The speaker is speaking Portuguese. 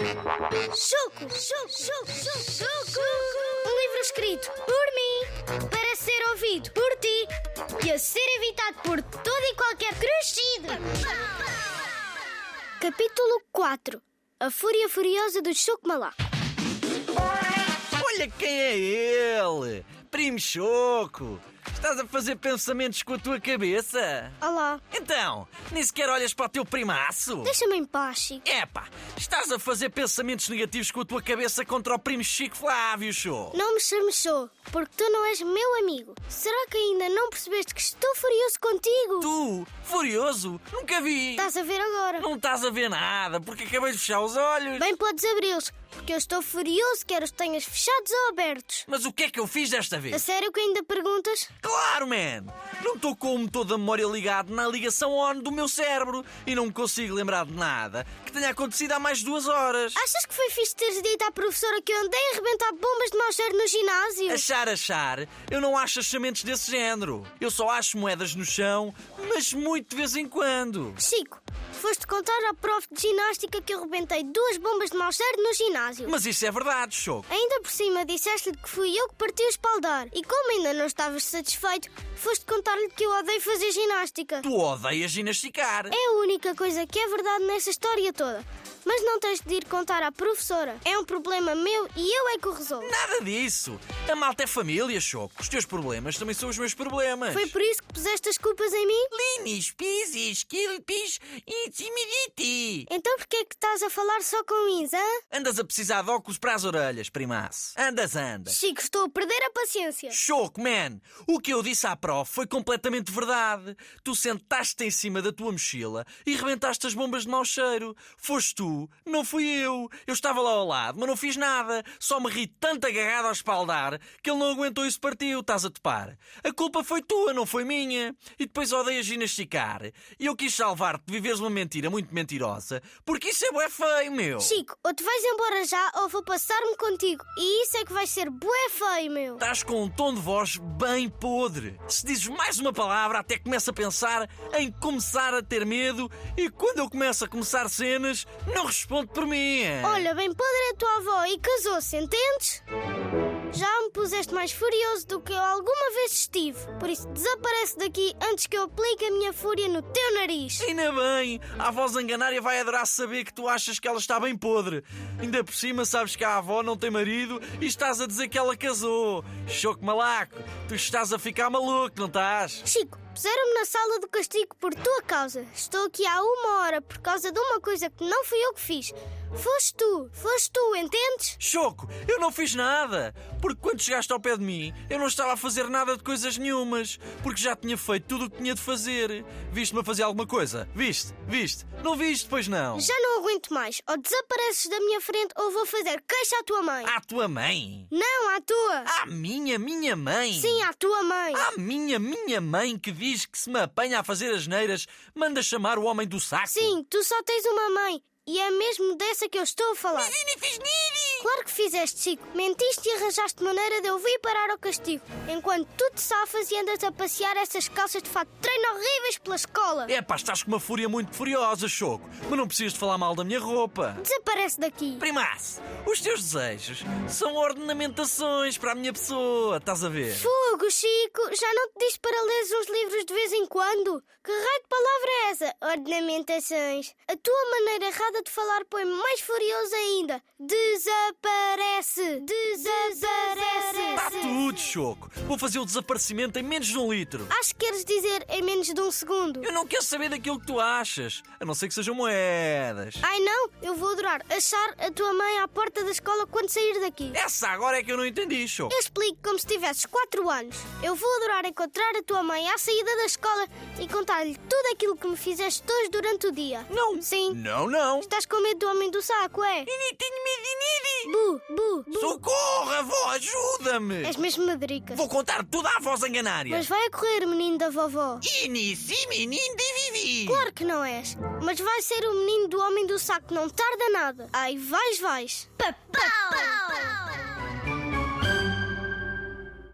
Chuco, chuco, chuco, chuco, chuco. Um livro escrito por mim, para ser ouvido por ti e a ser evitado por todo e qualquer crescido. Capítulo 4 A Fúria Furiosa do Chuco Malá. Olha quem é ele! Primo Choco! Estás a fazer pensamentos com a tua cabeça? Olá, Então, nem sequer olhas para o teu primaço? deixa-me em paz, Chico. Epá, estás a fazer pensamentos negativos com a tua cabeça contra o primo Chico Flávio, show! Não me chames só, porque tu não és meu amigo. Será que ainda não percebeste que estou furioso contigo? Tu, furioso, nunca vi! Estás a ver agora. Não estás a ver nada, porque acabei de fechar os olhos! Bem podes abri-los, porque eu estou furioso, quero os tenhas fechados ou abertos. Mas o que é que eu fiz desta A vez? sério que ainda perguntas? Claro, man! Não estou com o motor da memória ligado na ligação ON do meu cérebro e não me consigo lembrar de nada que tenha acontecido há mais de duas horas. Achas que foi fixe teres dito à professora que eu andei a arrebentar bombas de mau cheiro no ginásio? Achar, achar, eu não acho achamentos desse género. Eu só acho moedas no chão, mas muito de vez em quando. Chico, foste contar à prof de ginástica que eu arrebentei duas bombas de mau cheiro no ginásio. Mas isso é verdade, Choco. Ainda por cima disseste-lhe que fui eu que parti o espaldar. E como ainda não estavas satisfeito, foste contar-lhe que eu odeio fazer ginástica. Tu odeias ginasticar. É a única coisa que é verdade nessa história toda. Mas não tens de ir contar à professora. É um problema meu e eu é que o resolvo. Nada disso. A malta é família, Choco. Os teus problemas também são os meus problemas. Foi por isso que puseste as culpas em mim? Linis, pisis, quilpis, intimiditi. Então porquê é que estás a falar só com Isa? hã? Andas a precisar de óculos para as orelhas, primaço. Andas, andas. Chico, estou a perder a paciência. Choco, man! O que eu disse à prof foi completamente verdade. Tu sentaste em cima da tua mochila e rebentaste as bombas de mau cheiro. Foste tu, não fui eu. Eu estava lá ao lado, mas não fiz nada. Só me ri tanto agarrado ao espaldar que ele não aguentou e se partiu. Estás a topar. A culpa foi tua, não foi minha. E depois odeias ginasticar. E eu quis salvar-te de viveres uma mentira muito mentirosa, porque isso é bué feio, meu. Chico, ou te vais embora já ou vou passar-me contigo. E isso é que vai ser bué feio, meu. Estás com um tom de voz bem podre. Se dizes mais uma palavra, até começo a pensar em começar a ter medo e quando eu começo a começar cenas, não responde por mim. é? Olha, bem podre a tua avó e casou-se, entendes? Já me puseste mais furioso do que eu alguma vez estive. Por isso, desaparece daqui antes que eu aplique a minha fúria no teu nariz. Ainda bem, a avó zanganária vai adorar saber que tu achas que ela está bem podre. Ainda por cima sabes que a avó não tem marido e estás a dizer que ela casou. Choco malaco, tu estás a ficar maluco, não estás? Chico, puseram-me na sala do castigo por tua causa. Estou aqui há uma hora por causa de uma coisa que não fui eu que fiz. Foste tu, foste tu, entendes? Choco, eu não fiz nada. Porque quando chegaste ao pé de mim, eu não estava a fazer nada de coisas nenhumas. Porque já tinha feito tudo o que tinha de fazer. Viste-me a fazer alguma coisa? Viste? Viste? Não viste, pois não? Já não aguento mais. Ou desapareces da minha frente ou vou fazer queixa à tua mãe. À tua mãe? Não, à tua. À minha, minha mãe? Sim, à tua mãe. À minha, minha mãe que diz que se me apanha a fazer as neiras, manda chamar o homem do saco? Sim, tu só tens uma mãe. E é mesmo dessa que eu estou a falar. Eu nem fiz nada. Claro que fizeste, Chico. Mentiste e arranjaste maneira de eu vir parar ao castigo. Enquanto tu te safas e andas a passear essas calças de fato de treino horríveis pela escola. É pá, estás com uma fúria muito furiosa, Choco. Mas não precisas de falar mal da minha roupa. Desaparece daqui. Primaço, os teus desejos são ornamentações para a minha pessoa, estás a ver? Fogo, Chico! Já não te disse para leres uns livros de vez em quando? Que raio de palavra é essa? Ornamentações. A tua maneira errada de falar põe-me mais furioso ainda. Desaparece! Está Desaparece! Tá tudo, Choco. Vou fazer o desaparecimento em menos de um litro. Acho que queres dizer em menos de um segundo. Eu não quero saber daquilo que tu achas, a não ser que sejam moedas. Ai não, eu vou adorar achar a tua mãe à porta da escola quando sair daqui. Essa agora é que eu não entendi, Choco. Eu explico como se tivesses 4 anos. Eu vou adorar encontrar a tua mãe à saída da escola e contar-lhe tudo aquilo que me fizeste hoje durante o dia. Não. Sim, Não, não. estás com medo do homem do saco, é? Eu nem tenho medo de Bu, bu, bu. nada. Socorro, avó, ajuda-me. És mesmo madrica. Vou contar tudo à voz enganária. Mas vai a correr, menino da vovó. Inis e menino de Vivi. Claro que não és. Mas vai ser o menino do homem do saco, não tarda nada. Ai, vais, vais. Papau!